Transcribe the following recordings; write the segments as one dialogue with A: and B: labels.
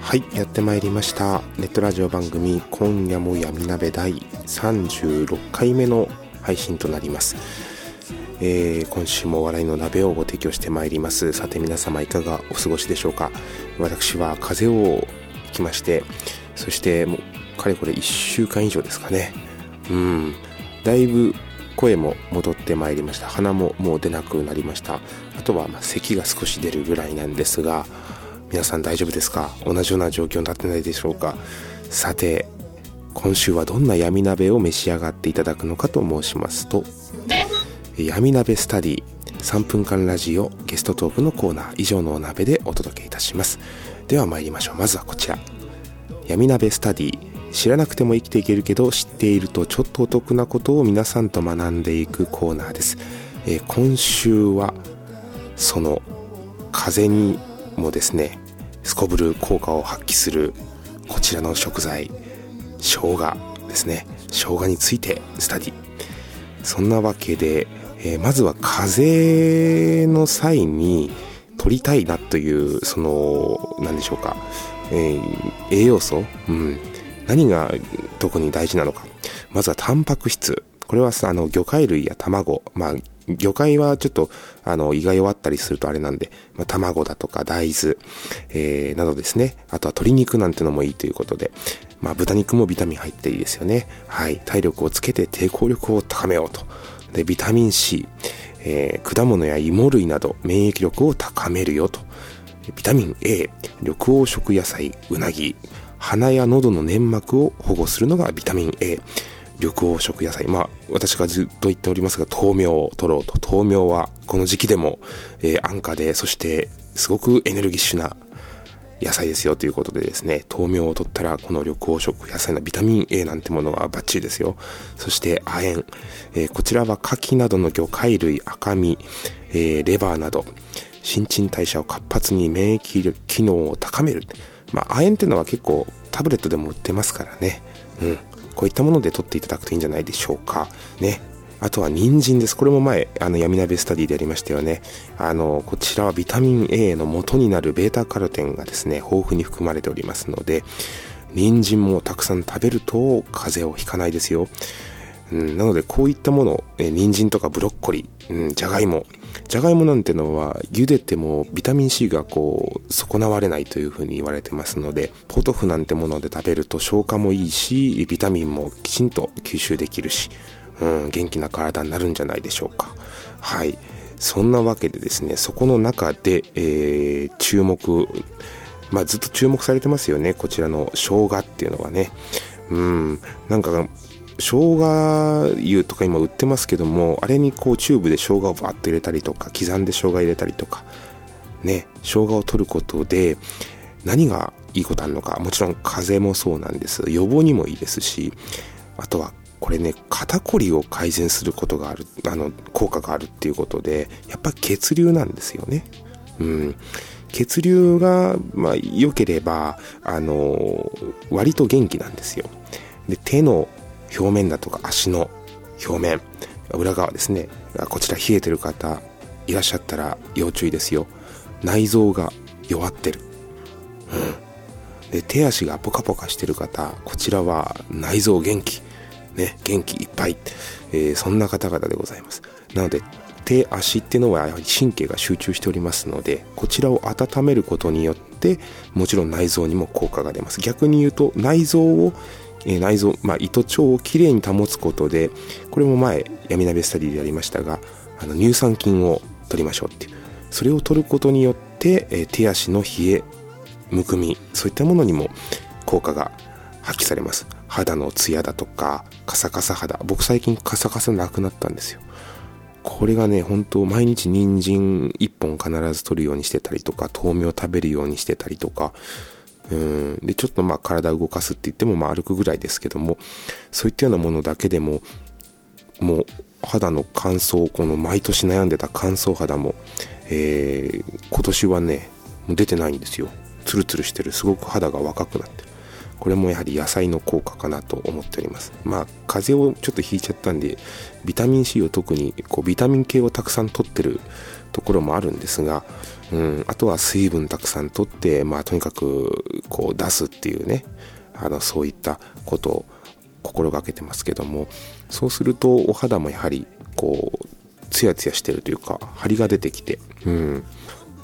A: はい、やってまいりました。ネットラジオ番組今夜も闇鍋第36回目の配信となります。えー今週もお笑いの鍋をご提供してまいります。さて皆様いかがお過ごしでしょうか。私は風邪をひきまして、そしてもうかれこれ1週間以上ですかね。うん、だいぶ声も戻ってまいりました。鼻ももう出なくなりました。あとはまあ咳が少し出るぐらいなんですが、皆さん大丈夫ですか同じような状況になってないでしょうかさて今週はどんな闇鍋を召し上がっていただくのかと申しますと闇鍋スタディ3分間ラジオゲストトークのコーナー以上のお鍋でお届けいたしますでは参りましょうまずはこちら闇鍋スタディ知らなくても生きていけるけど知っているとちょっとお得なことを皆さんと学んでいくコーナーです、えー今週はその風にもですねすこぶる効果を発揮するこちらの食材生姜ですね生姜についてスタディそんなわけで、えーまずは風邪の際に取りたいなというその何でしょうか、えー栄養素、うん、何が特に大事なのかまずはタンパク質これはさあの魚介類や卵まあ魚介はちょっとあの胃が弱ったりするとあれなんで、まあ、卵だとか大豆、えーなどですねあとは鶏肉なんてのもいいということで、まあ、豚肉もビタミン入っていいですよねはい体力をつけて抵抗力を高めようとでビタミン C、えー果物や芋類など免疫力を高めるよとビタミン A 緑黄色野菜うなぎ鼻や喉の粘膜を保護するのがビタミン A 緑黄色野菜まあ私がずっと言っておりますが豆苗を取ろうと豆苗はこの時期でも、えー安価でそしてすごくエネルギッシュな野菜ですよということでですね豆苗を取ったらこの緑黄色野菜のビタミン A なんてものはバッチリですよそして亜鉛、えーこちらは牡蠣などの魚介類赤身、えーレバーなど新陳代謝を活発に免疫機能を高めるまあ亜鉛っていうのは結構タブレットでも売ってますからねうんこういったもので取っていただくといいんじゃないでしょうかねあとは人参です。これも前、あの、闇鍋スタディでやりましたよね。あの、こちらはビタミン A の元になるベータカロテンがですね、豊富に含まれておりますので、人参もたくさん食べると風邪をひかないですよ。うん、なので、こういったもの、えー人参とかブロッコリー、うん、じゃがいも。じゃがいもなんてのは、茹でてもビタミン C がこう、損なわれないというふうに言われてますので、ポトフなんてもので食べると消化もいいし、ビタミンもきちんと吸収できるし、うん、元気な体になるんじゃないでしょうか。はい。そんなわけでですね、そこの中で、えー注目、まあずっと注目されてますよね、こちらの生姜っていうのはね。うん、なんか、生姜湯とか今売ってますけども、あれにこうチューブで生姜をバーッと入れたりとか、刻んで生姜入れたりとか、ね、生姜を取ることで、何がいいことあるのか、もちろん風邪もそうなんです。予防にもいいですし、あとはこれね肩こりを改善することがあるあの効果があるっていうことでやっぱ血流なんですよねうん血流が、まあ、良ければあの割と元気なんですよで手の表面だとか足の表面裏側ですねあこちら冷えてる方いらっしゃったら要注意ですよ内臓が弱ってるで手足がポカポカしてる方こちらは内臓元気ね元気いっぱい、えーそんな方々でございますなので手足ってのはやはり神経が集中しておりますのでこちらを温めることによってもちろん内臓にも効果が出ます逆に言うと内臓をえー内臓、まあ、胃と腸をきれいに保つことでこれも前闇鍋スタディでやりましたがあの乳酸菌を取りましょうっていうそれを取ることによって、えー手足の冷えむくみそういったものにも効果が発揮されます肌のツヤだとかカサカサ肌僕最近カサカサなくなったんですよこれがね本当毎日人参1本必ず取るようにしてたりとか豆苗食べるようにしてたりとかうんでちょっとまあ体を動かすって言ってもまあ歩くぐらいですけどもそういったようなものだけでももう肌の乾燥この毎年悩んでた乾燥肌も、えー今年はねもう出てないんですよツルツルしてるすごく肌が若くなってるこれもやはり野菜の効果かなと思っておりますまあ風邪をちょっとひいちゃったんでビタミン C を特にこうビタミン系をたくさん取ってるところもあるんですが、うん、あとは水分たくさん取って、まあ、とにかくこう出すっていうねあのそういったことを心がけてますけどもそうするとお肌もやはりこうツヤツヤしてるというか張りが出てきて、うん、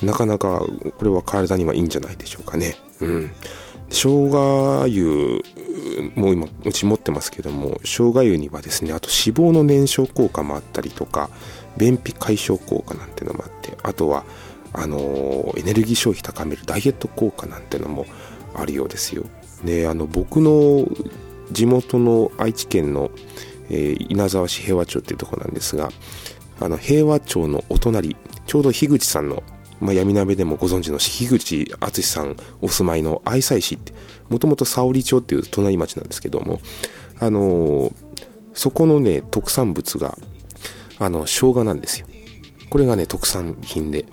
A: なかなかこれは体にはいいんじゃないでしょうかね。うん生姜湯もう今うち持ってますけども生姜湯にはですねあと脂肪の燃焼効果もあったりとか便秘解消効果なんてのもあってあとはあのーエネルギー消費高めるダイエット効果なんてのもあるようですよであの僕の地元の愛知県の、えー稲沢市平和町っていうところなんですがあの平和町のお隣ちょうど樋口さんの、まあ、闇鍋でもご存知の樋口敦さんお住まいの愛西市ってもともと沙織町っていう隣町なんですけどもあのーそこのね特産物があの生姜なんですよこれがね特産品で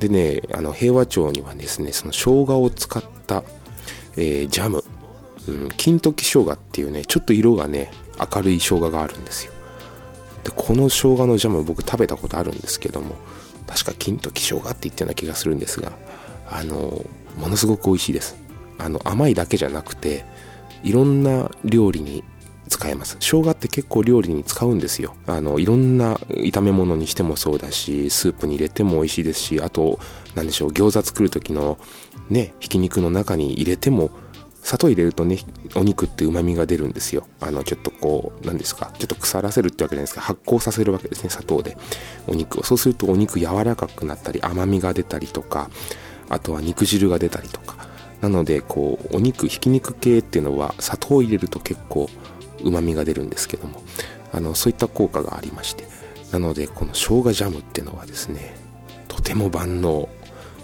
A: でねあの平和町にはですねその生姜を使った、えージャム、うん、金時生姜っていうねちょっと色がね明るい生姜があるんですよでこの生姜のジャム僕食べたことあるんですけども確か金時生姜って言ったような気がするんですがあのものすごく美味しいですあの甘いだけじゃなくていろんな料理に使えます生姜って結構料理に使うんですよあのいろんな炒め物にしてもそうだしスープに入れても美味しいですしあと何でしょう餃子作る時のねひき肉の中に入れても砂糖入れるとねお肉って旨味が出るんですよあのちょっとこう何ですかちょっと腐らせるってわけじゃないですか発酵させるわけですね砂糖でお肉をそうするとお肉柔らかくなったり甘みが出たりとかあとは肉汁が出たりとかなのでこうお肉ひき肉系っていうのは砂糖を入れると結構旨味が出るんですけどもあのそういった効果がありましてなのでこの生姜ジャムっていうのはですねとても万能、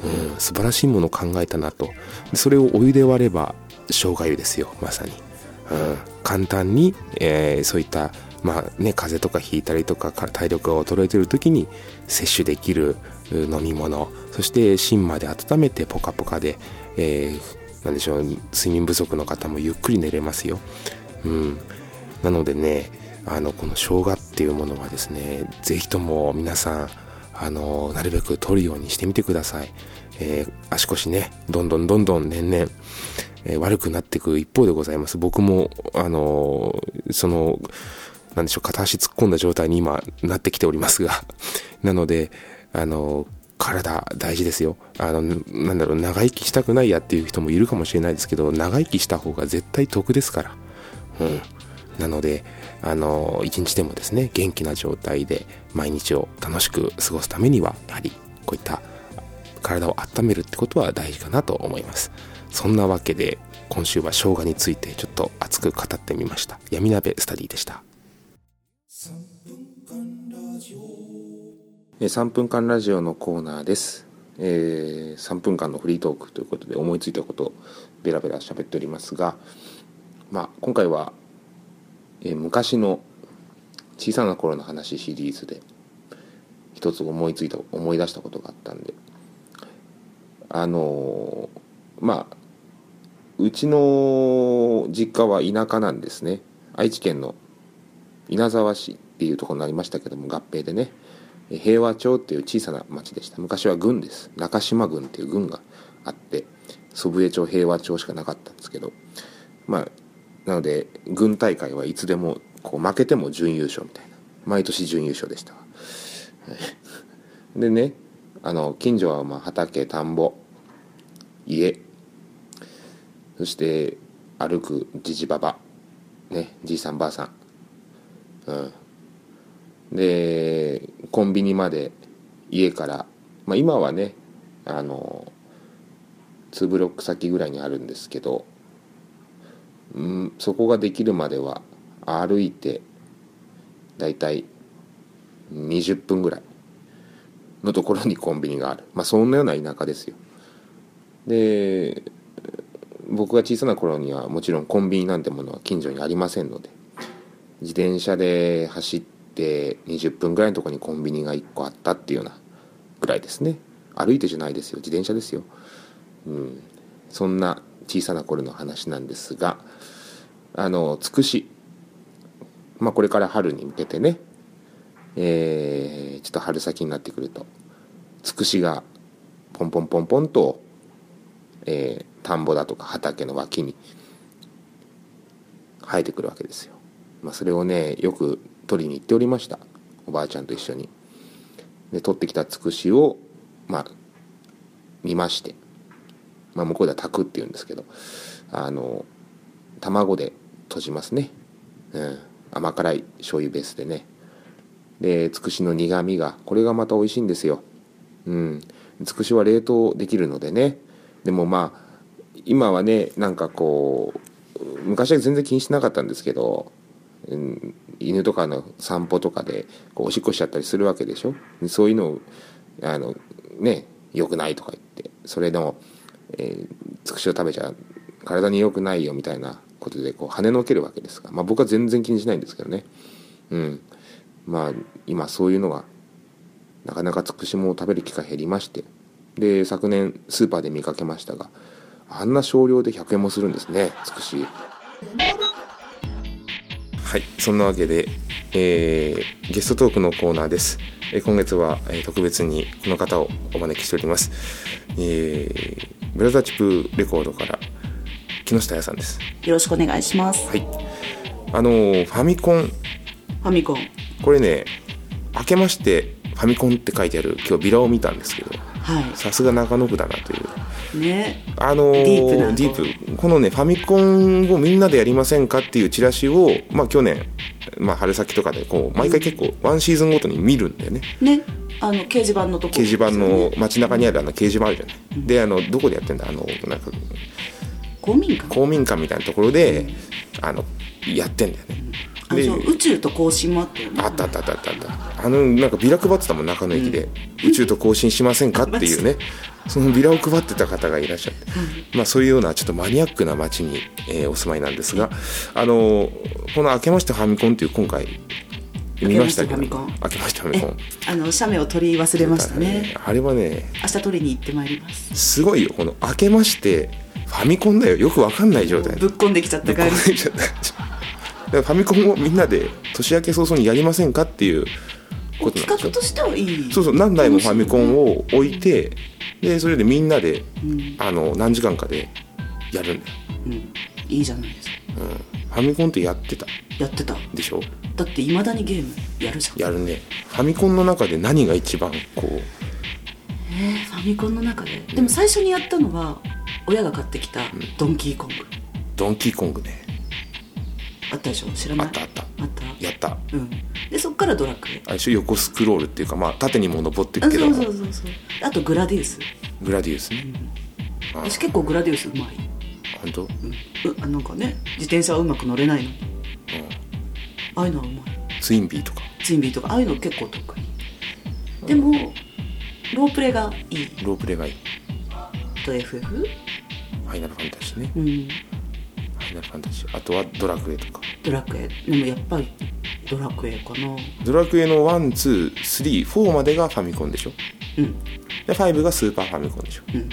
A: うん、素晴らしいものを考えたなとでそれをお湯で割れば生姜湯ですよまさに、うん、簡単に、えーそういったまあね風邪とかひいたりとかか体力が衰えてる時に摂取できるう飲み物そして芯まで温めてポカポカで、えーなんでしょう睡眠不足の方もゆっくり寝れますようん、なのでねあのこの生姜っていうものはですね是非とも皆さんあのなるべく取るようにしてみてください、えー足腰ねどんどんどんどん年々、えー悪くなっていく一方でございます僕もあのそのなんでしょう片足突っ込んだ状態に今なってきておりますが なのであの体大事ですよあのなんだろう長生きしたくないやっていう人もいるかもしれないですけど長生きした方が絶対得ですからうん、なのであの一日でもですね元気な状態で毎日を楽しく過ごすためにはやはりこういった体を温めるってことは大事かなと思いますそんなわけで今週は生姜についてちょっと熱く語ってみました闇鍋スタディでしたえー3分間ラジオのコーナーです、えー3分間のフリートークということで思いついたことをベラベラ喋っておりますが、まあ、今回は、えー昔の小さな頃の話シリーズで一つ思いついた思い出したことがあったんであのーまあうちの実家は田舎なんですね愛知県の稲沢市っていうところになりましたけども合併でねえー平和町っていう小さな町でした昔は郡です中島郡っていう郡があって祖父江町平和町しかなかったんですけどまあなので軍大会はいつでもこう負けても準優勝みたいな毎年準優勝でしたわ でねあの近所はまあ畑田んぼ家そして歩くじじばばねじいさんばあさんうんでコンビニまで家から、まあ、今はねあの2ブロック先ぐらいにあるんですけど、うん、そこができるまでは歩いてだいたい20分ぐらいのところにコンビニがあるまあそんなような田舎ですよで僕が小さな頃にはもちろんコンビニなんてものは近所にありませんので自転車で走って20分ぐらいのところにコンビニが1個あったっていうようなぐらいですね歩いてじゃないですよ自転車ですようんそんな小さな頃の話なんですがあのつくしまあこれから春に向けてねえーちょっと春先になってくるとつくしがポンポンポンポンと、えー田んぼだとか畑の脇に生えてくるわけですよ、まあ、それをねよく取りに行っておりましたおばあちゃんと一緒にで取ってきたつくしをまあ見まして、まあ、向こうでは炊くっていうんですけどあの卵でとじますね、うん、甘辛い醤油ベースでねでつくしの苦みがこれがまた美味しいんですようんつくしは冷凍できるのでねでもまあ今はねなんかこう昔は全然気にしてなかったんですけど、うん、犬とかの散歩とかでこうおしっこしちゃったりするわけでしょでそういうのをあのね良くないとか言ってそれの、えーつくしを食べちゃ体に良くないよみたいなことでこう跳ねのけるわけですが、まあ、僕は全然気にしないんですけどねうんまあ今そういうのがなかなかつくしも食べる機会減りましてで昨年スーパーで見かけましたがあんな少量で100円もするんですねつくしはいそんなわけで、えーゲストトークのコーナーです、えー今月は、えー特別にこの方をお招きしております、えーブラザーチップレコードから木下彩さんです
B: よろしくお願いします。
A: はいあのーファミコン
B: ファミコン。
A: これね明けましてファミコンって書いてある今日ビラを見たんですけど
B: は
A: さすが中野区だなという
B: い。ね。
A: あのー
B: ディープな
A: ディープこのねファミコンをみんなでやりませんかっていうチラシを、まあ、去年、まあ、春先とかでこう毎回結構ワンシーズンごとに見るんだよね
B: ね。あの掲示板のところ、
A: 掲示板の。街中にあるあの掲示板あるじゃないであのどこでやってんだあのなんか
B: 公民館。
A: 公民館みたいなところであのやってんだよね
B: あの
A: で
B: そう宇宙と交信もあったよね。
A: あったあったあったあったあったあのなんかビラ配ってたもん中野駅で、宇宙と交信しませんかって いうねそのビラを配ってた方がいらっしゃって、まあ、そういうようなちょっとマニアックな街に、えーお住まいなんですが、あのこの「明けましてファミコン」っていう今回見ましたけど
B: 明けましてファミコ
A: 明
B: ン
A: けましてファミ
B: え
A: コン
B: あの写メを取り忘れましたね。
A: あれはね
B: 明日取りに行ってまいります。
A: すごいよこの「明けましてファミコン」だよよくわかんない状態
B: ぶっこんできちゃった感じ。
A: ぶっ込んできちゃっただ からファミコンをみんなで年明け早々にやりませんかっていうことなんでしょ
B: 企画としてはいい。
A: そうそう何台もファミコンを置いて、でそれでみんなで、
B: ん
A: あの何時間かでやるんだよ
B: うん。いいじゃないですか。
A: ファミコンってやってた
B: やってた。
A: でしょ
B: だって未だにゲームやるじゃん。
A: やるねファミコンの中で何が一番こう
B: えーファミコンの中で。でも最初にやったのは親が買ってきたドンキーコング。
A: ドンキーコングね
B: あったでしょ。知ら
A: あ
B: ない。
A: ったあった
B: あった。
A: やった
B: うん。でそっからドラクエ。
A: あれでしょ横スクロールっていうかまあ縦にも登って
B: あ
A: るけ
B: そ
A: ど
B: うそうそうそうあとグラディウス
A: グラディウスねあ
B: 私結構グラディウスうまい、
A: 本当、うん、
B: うん、うなんかね自転車はうまく乗れないのにああいうのはうまい
A: ツインビーとか
B: ツインビーとかああいうの結構得意でもロープレがいい
A: ロープレがいい
B: と FF
A: ファイナルファンタジーね
B: うん
A: ファイナルファンタジーあとはドラクエとか
B: ドラクエでもやっぱりドラクエかな
A: ドラクエの12344までがファミコンでしょ
B: うん
A: で5がスーパーファミコンでしょ
B: うん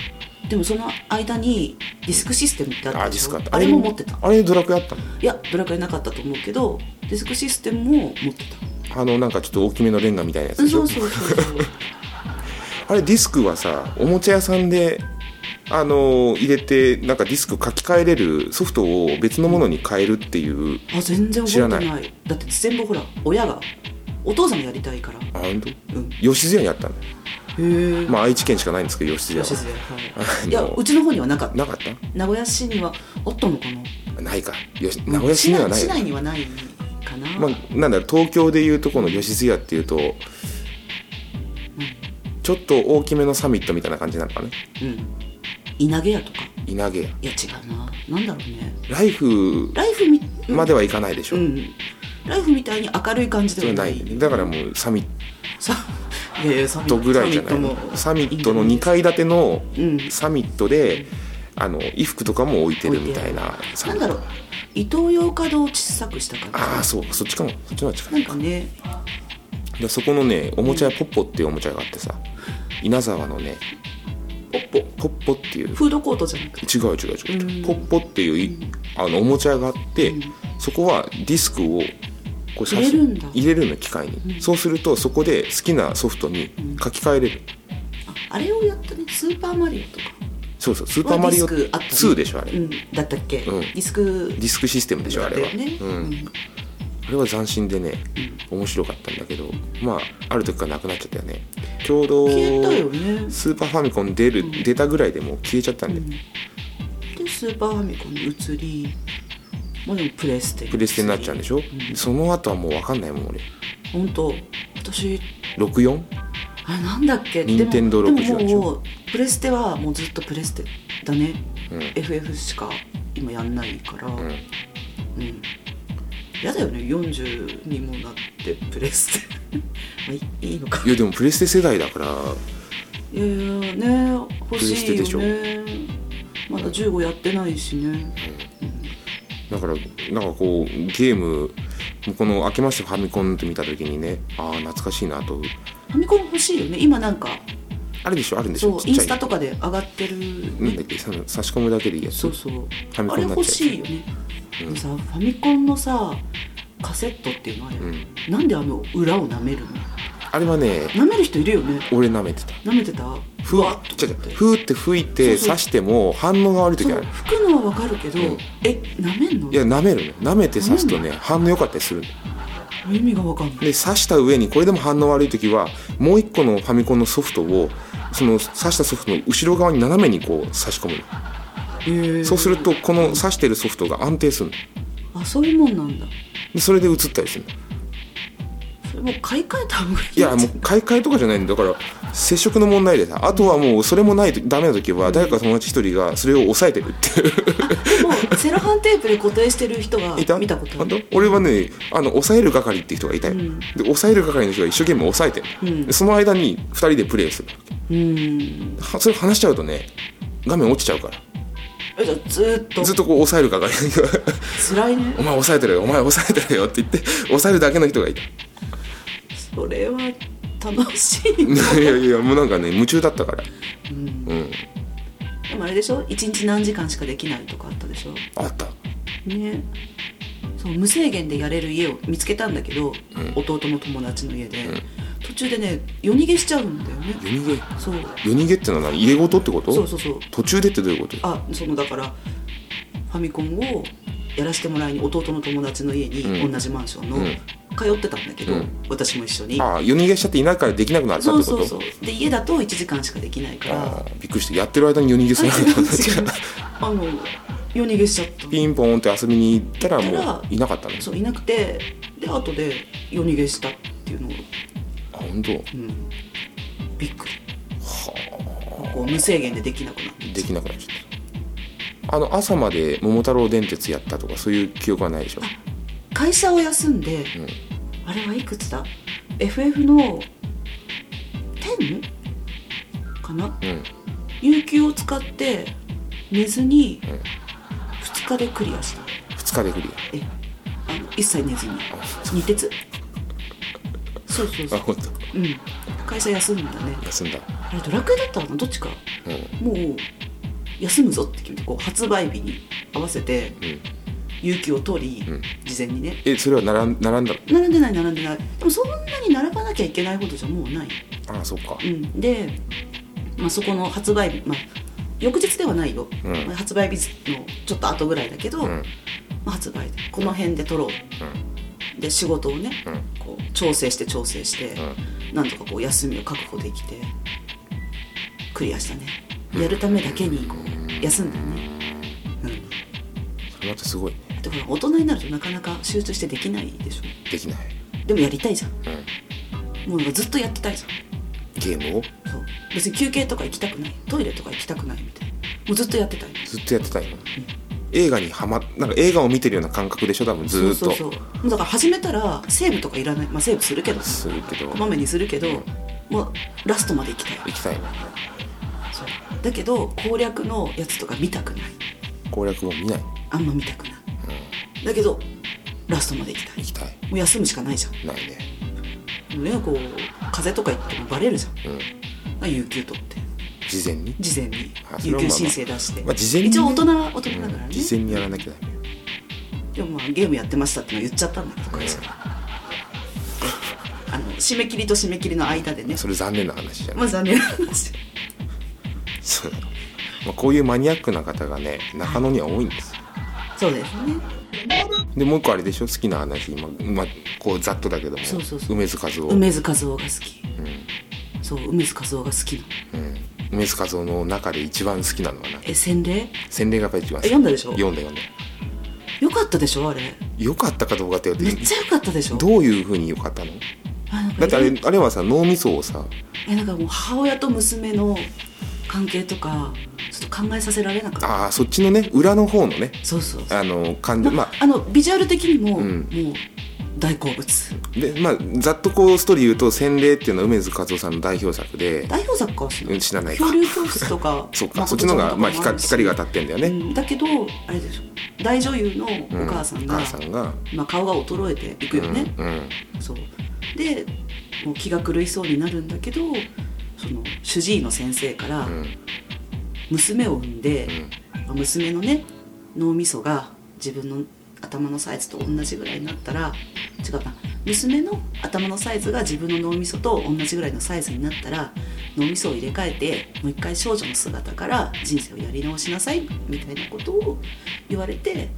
B: でもその間にディスクシステムってあった
A: あ
B: で
A: ディ
B: し
A: ス
B: ょ
A: クあった
B: あれも持ってた
A: あれドラクエあったの
B: いやドラクエなかったと思うけどディスクシステムも持って
A: あのなんかちょっと大きめのレンガみたいなやつ
B: たう
A: で
B: ん
A: し
B: そ
A: ょ
B: うそうそうそう
A: あれディスクはさおもちゃ屋さんであの入れてなんかディスク書き換えれるソフトを別のものに変えるっていう
B: あ全然
A: 知
B: 覚え
A: ら
B: て
A: な
B: ないいだって全部ほら親がお父さんがやりたいから
A: あ本当
B: うん
A: 吉津屋にあったの
B: へえ
A: まあ愛知県しかないんですけど吉
B: 良
A: 田
B: 静
A: は
B: はいい
A: あ
B: や
A: の
B: うちの方にはなかった
A: なかった
B: 名古屋市にはあったのかな
A: ないか吉名古屋市にはない
B: 市内市内にはないかな、
A: まあ、なんだろう東京でいうとこの吉津屋っていうとちょっと大きめのサミットみたいな感じなのかね
B: うん稲毛屋とか
A: 稲毛屋
B: いや違うななんだろうね
A: ライフ
B: ライフみうん
A: まではいかないでしょ、
B: うんライフみたいに明るい感じ
A: それ
B: で
A: は
B: は
A: な
B: ないい
A: だからもうサミッ
B: さいやいやサミッ
A: ト
B: ト
A: ぐらいじゃ
B: サミ
A: な
B: ット
A: い
B: も
A: サミットの2階建ての
B: うん
A: サミットで、あの衣服とかも置いてるみたいなサ
B: な
A: ミ
B: ん
A: ット
B: だろう伊東洋華堂を小さくした感
A: ああそうそっちかもそっちの方が近い
B: じなんかね
A: でそこのねおもちゃ屋ポッポっていうおもちゃ屋があってさ稲沢のねポッポポッポっていう
B: フードコートじゃなくて
A: 違う違う違う、
B: うん
A: ポッポっていういあのおもちゃ屋があって、
B: うん
A: そこはディスクをこう
B: 入れるんだ
A: 入れるの機械に、
B: うん
A: そうするとそこで好きなソフトに書き換えれる、
B: ああれをやったねスーパーマリオとか
A: そうそう「スーパーマリオ
B: ディスクあったね
A: 2」でしょあれ、
B: うんだったっけ、
A: うん
B: ディスク
A: ディスクシステムでしょあれは、
B: だったよね
A: う
B: うんん
A: あれは斬新でね面白かったんだけどまあある時からなくなっちゃったよねちょうど
B: 消えたよね
A: スーパーファミコン出る、
B: ん
A: 出たぐらいでもう消えちゃったんで、
B: でスーパーファミコンに移りもうでもプレステ
A: プレステになっちゃうんでしょ、
B: うん
A: その後はもう分かんないもん俺
B: 本当私
A: 64?
B: あれなんだっけ
A: 任天堂
B: でも
A: 64
B: でももうプレステはもうずっとプレステだね、
A: うん
B: FF しか今やんないからうん、
A: うん
B: やだよね40にもなってプレステ まあいいいいのか
A: いやでもプレステ世代だから
B: いやいやね
A: プレ
B: 欲しい
A: ステ
B: よねまだ15やってないしね、
A: だからなんかこうゲームこの「明けましてファミコン」って見た時にねああ懐かしいなと
B: ファミコン欲しいよね今なんか
A: あるでしょあるんでし
B: そ
A: ょ
B: う
A: ち
B: イ
A: っ
B: ン
A: ちゃい
B: スタとかで上がってる、
A: なんだっけさ差し込むだけでいいやつ
B: そうそう
A: ァミコンになっちゃう
B: あれ欲しいよね、
A: うん
B: でもさファミコンのさカセットっていうのはあれ、
A: うん
B: なんであの裏を舐めるの
A: あれはね
B: 舐める人いるよね
A: 俺舐めてた
B: 舐めてた
A: ふわ
B: わ
A: っ
B: っ
A: ち
B: と
A: ょっ
B: 思っ
A: と
B: て
A: ふーって吹いて
B: そうそう
A: 刺しても反応が悪い時
B: そ
A: あ
B: う
A: る
B: 吹くのはわかるけど、
A: うん
B: え舐めんの
A: いや舐めるの舐めて刺すとね反応良かったりするので
B: 意味がわかんない
A: 刺した上にこれでも反応悪い時はもう一個のファミコンのソフトをその刺したソフトの後ろ側に斜めにこう差し込むの
B: へえ
A: そうするとこの刺してるソフトが安定するの
B: あそういうもんなんだ
A: でそれで映ったりするの
B: それもう買い替えた方がいい
A: いやもう買い替えとかじゃないんだから接触の問題でさあとはもうそれもないとダメな時は誰か友達一人がそれを押さえてるっていう
B: でもセロハンテープで固定してる人が
A: いた
B: 見たことあ
A: 本当
B: る
A: 俺はねあの抑える係っていう人がいたよ、
B: うん
A: で抑える係の人が一生懸命抑えてる、
B: うん
A: でその間に2人でプレイする
B: うん
A: はそれ話しちゃうとね画面落ちちゃうか
B: えじゃあずーっ
A: ら
B: と
A: ずっとこう抑える係が
B: 辛いね
A: お前抑えてるよお前抑えてるよって言って抑えるだけの人がいた
B: それは楽しい、
A: いやいやもうなんかね夢中だったから
B: うん、
A: うん
B: でもあれでしょ一日何時間しかできないとかあったでしょ
A: あった
B: ねそう無制限でやれる家を見つけたんだけど、
A: ん
B: 弟の友達の家で、
A: うん
B: 途中でね夜逃げしちゃうんだよね
A: 夜逃げ
B: そう
A: 夜逃げってのは何家ごとってこと
B: そうそうそう
A: 途中でってどういうこと
B: あそのだからファミコンをやらせてもらいに弟の友達の家
A: う
B: に
A: ん
B: 同じマンションの、
A: うん
B: 通ってたんだけ
A: う
B: ど、
A: ん
B: 私も一緒に
A: ああ夜逃げしちゃっていないからできなくなったって
B: そ
A: こ
B: う
A: と
B: そうそうで家だと1時間しかできないから
A: ああびっくりしてやってる間に夜逃げする なかった
B: あの夜逃げしちゃった
A: ピンポンって遊びに行ったら
B: 行った
A: も
B: ら
A: ういなかったね
B: そういなくてで後で夜逃げしたっていうのを、
A: あ本当。
B: うん、びっくりこう無制限でできなくなって
A: できなくなっちゃったあの朝まで「桃太郎電鉄」やったとかそういう記憶はないでしょ
B: 会社を休んで、
A: うん
B: あれはいくつだ FF の 10? かな
A: うん
B: 有給を使って寝ずに
A: ん
B: 2日でクリアした
A: 2日でクリ
B: えあの一切寝ずに
A: アあ
B: 二鉄そうそうそ
A: あ
B: う
A: 本当
B: うん会社休んだね
A: 休んだ
B: あれドラクエだったのどっちか
A: うん
B: もう休むぞって決めてこう発売日に合わせて
A: うん
B: 勇気を取り、
A: うん
B: 事前にね
A: えそれは並ん並んだの
B: 並んでない並んでないでもそんなに並ばなきゃいけないほどじゃもうない、
A: ああそっか
B: うん、で、まあ、そこの発売日まあ翌日ではないよ、
A: うん
B: まあ発売日のちょっと後ぐらいだけど、
A: うんうん
B: まあ、発売でこの辺で取ろうで仕事をね
A: うん
B: こう調整して調整して、
A: うん
B: なんとかこう休みを確保できてクリアしたねやるためだけにこう休んだよねうん
A: それまたすごいね
B: でもほら大人になるとなかなか集中してできないでしょ
A: できない、
B: でもやりたいじゃん
A: うん、
B: もうなんかずっとやってたいじゃ
A: ゲームを
B: んそう別に休憩とか行きたくないトイレとか行きたくないみたいなもうずっとやってたい
A: ずっとやってたいの、映画にはまなんか映画を見てるような感覚でしょ多分ずーっと
B: そうそうそうもうだから始めたらセーブとかいらないまあセーブするけど
A: するけど
B: こまめにするけどもうラストまで行きたい
A: 行きたいな
B: そうだけど攻略のやつとか見たくない
A: 攻略も見ない
B: あんま見たくない、だけどラストまで行きたい
A: 行きたい
B: もう休むしかないじゃん
A: ないね
B: でもねこう風邪とか言ってもバレるじゃん
A: うん
B: あ有給取って
A: 事前に、
B: 事前に
A: あそれ
B: 有
A: はまあまあ
B: 給申請出して、
A: まあ事前に
B: 一応大人は大人だからね、
A: 事前にやらなきゃダメ
B: でもまあゲームやってましたってのは言っちゃったんだとかですからあの締め切りと締め切りの間でね
A: それ残念な話じゃない、
B: まあ残念な話
A: そう まあ、こういうマニアックな方がね中野には多いんですよ
B: そうですね
A: でもう一個あれでしょ好きな話今、まあ、こうざっとだけども
B: そうそうそう
A: 梅津和夫、
B: 梅津和夫が好き
A: うん
B: そう梅津和夫が好きなの
A: うん、梅津和夫の中で一番好きなのはな
B: え洗礼
A: 洗礼がやっぱり一番好き
B: え読んだでしょ
A: 読んだ読んだ
B: よかったでしょあれ
A: よかったかどうかって言
B: め
A: われ
B: ってちゃよかったでしょ
A: どういうふうによかったの
B: あなん
A: だ
B: か
A: ってあれあれはさ脳みそをさ
B: えなんかもう母親と娘の関係とかちょっと考えさせられなかった
A: ああそっちのね裏の方のね
B: そうそうそう
A: あの感情
B: な
A: まあ
B: あのビジュアル的にも、
A: うん
B: もう大好物
A: でまあざっとこうストーリー言うと「洗礼」っていうのは梅津和夫さんの代表作で
B: 代表作かは知ら
A: うん知らないか
B: 恐竜教室とか
A: そう
B: ま
A: か
B: あ
A: そっちの方が、まあ、
B: ことちゃ
A: 光
B: んとかもるし
A: 光が当たってんだよね、
B: うんだけどあれでしょ大女優の
A: う
B: お母さんが、
A: お母さんが
B: まあ、顔が衰えていくよね、
A: うんうん
B: そうでもう気が狂いそうになるんだけどその主治医の先生から
A: うん
B: 娘を産んで、
A: うん
B: まあ娘のね脳みそが自分の頭のサイズと同じぐらいになったら違うな娘の頭のサイズが自分の脳みそと同じぐらいのサイズになったら脳みそを入れ替えてもう一回少女の姿から人生をやり直しなさいみたいなことを言われて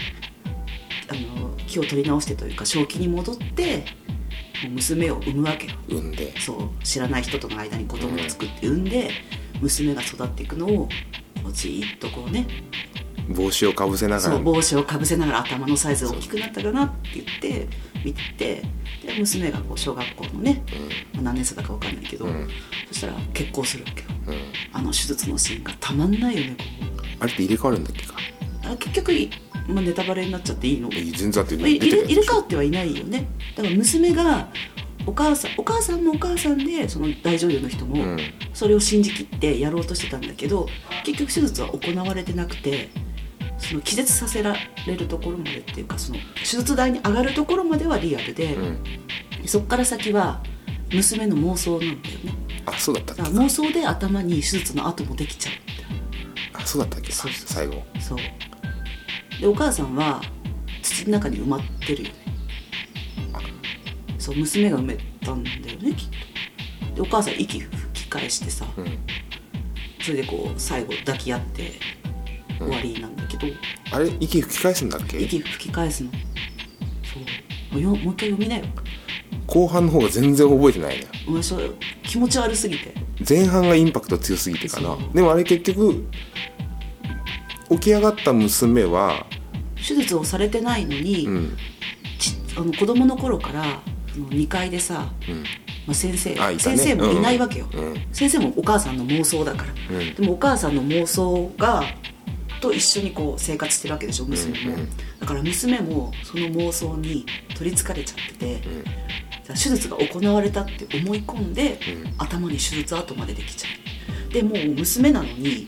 B: あの気を取り直してというか正気に戻ってもう娘を産むわけよ。
A: 産んで
B: そう知らない人との間に子供を作って産んで娘が育っていくのをこうじーっとこうね
A: 帽子をかぶせなが
B: そ
A: ら
B: う帽子をかぶせながら頭のサイズ大きくなったかなって言って見ててで娘がこう小学校のね何年生だか分かんないけど、
A: うんうん
B: そしたら結婚するわけよ
A: うん
B: あの手術のシーンがたまんないよねこう
A: あれって入れ替わるんだっけか
B: あ結局、まあ、ネタバレになっちゃっていいの
A: え全然あって
B: まあ
A: 出
B: い
A: て
B: い
A: た
B: る
A: やつ
B: いるかってはいないよねだから娘がお母さんお母さんもお母さんでその大女優の人も、
A: うん
B: それを信じきってやろうとしてたんだけど結局手術は行われてなくてその気絶させられるところまでっていうかその手術台に上がるところまではリアルで、
A: うん
B: そっから先は娘の妄想なんだよね
A: あそうだったっけ
B: だから妄想で頭に手術の後もできちゃうみたい
A: あそうだったっけ
B: そうそう
A: 最後
B: なそうでお母さんは土の中に埋まってるよねそう娘が埋めたんだよねきっとでお母さん息吹き返してさ、
A: うん
B: それでこう最後抱き合って終わりなんだけど、
A: あれ息吹き返すんだっけ
B: 息吹き返すのそうもうよもう一回読みなよ
A: 後半の方が全然覚えてないね
B: お前そう気持ち悪すぎて
A: 前半がインパクト強すぎてかな
B: そう
A: でもあれ結局起き上がった娘は、
B: 手術をされてないのに、
A: うん
B: ちあの子供の頃からその2階でさ、
A: うん、
B: まあ、先生、
A: あいたね
B: 先生もいないわけよ、
A: うん
B: 先生もお母さんの妄想だから、
A: うん
B: でもお母さんの妄想がと一緒にこう生活してるわけでしょ娘も、
A: うんうん
B: だから娘もその妄想に取りつかれちゃってて、
A: うん
B: じゃあ手術が行われたって思い込んで、
A: うん
B: 頭に手術後までできちゃうでもう娘なのに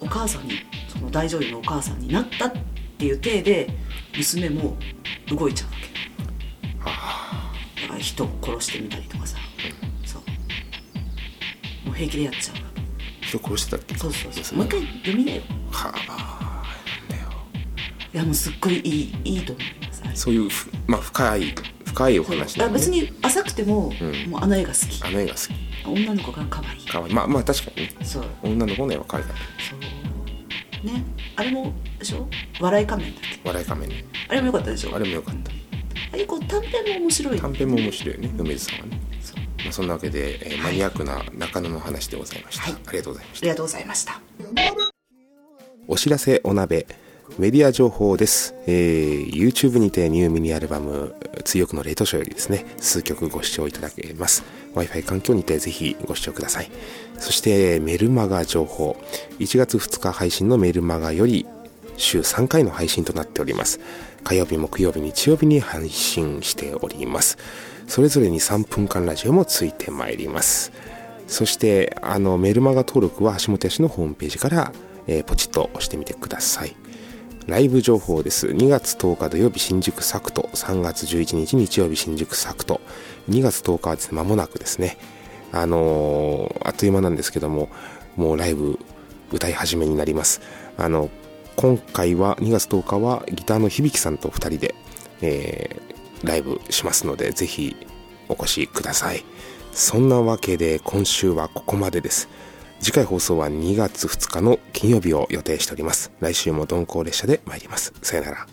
B: お母さんにその大女優のお母さんになったっていう体で娘も動いちゃうわけだから人を殺してみたりとかさ、そうもう平気でやっちゃうわけ
A: 人殺してたっけ
B: そうそうそ
A: 娘
B: うもう一回読みなよ
A: はあなんだよ
B: いやもうすっごいいいいいと思いますあれ
A: そういうふまあ深い深いお
B: そう
A: 話
B: あ
A: だ、ね、
B: 別に浅くても、
A: うん
B: もうあの絵が好き
A: あの絵が好
B: 女の子が可愛い
A: きかわいいまあまあ確かにね
B: そう
A: 女の子の絵は可愛かっ
B: そうねあれもでしょ笑い仮面だっけ
A: た笑い仮面ね
B: あれも良かったでしょ
A: あれもよかっ
B: あれこう短編も面白い
A: た短編も面白いよね梅津さんはね
B: そう
A: まあ、そんなわけで、えーマニアックな中野の話でございました、
B: はい
A: ありがとうございました
B: りがとうございました
A: お知らせお鍋メディア情報です、えー YouTube にてニューミニアルバム「追憶の冷凍書」よりですね数曲ご視聴いただけます w i f i 環境にてぜひご視聴くださいそしてメルマガ情報1月2日配信のメルマガより週3回の配信となっております火曜日木曜日日曜日に配信しておりますそれぞれに3分間ラジオもついてまいりますそしてあのメルマガ登録は橋本屋氏のホームページから、えーポチッと押してみてくださいライブ情報です2月10日土曜日新宿サクト3月11日日曜日新宿サクト2月10日はですね間もなくですねあのーあっという間なんですけどももうライブ歌い始めになりますあの今回は2月10日はギターの響さんと2人で、えーライブしますのでぜひお越しくださいそんなわけで今週はここまでです次回放送は2月2日の金曜日を予定しております来週も鈍行列車で参りますさよなら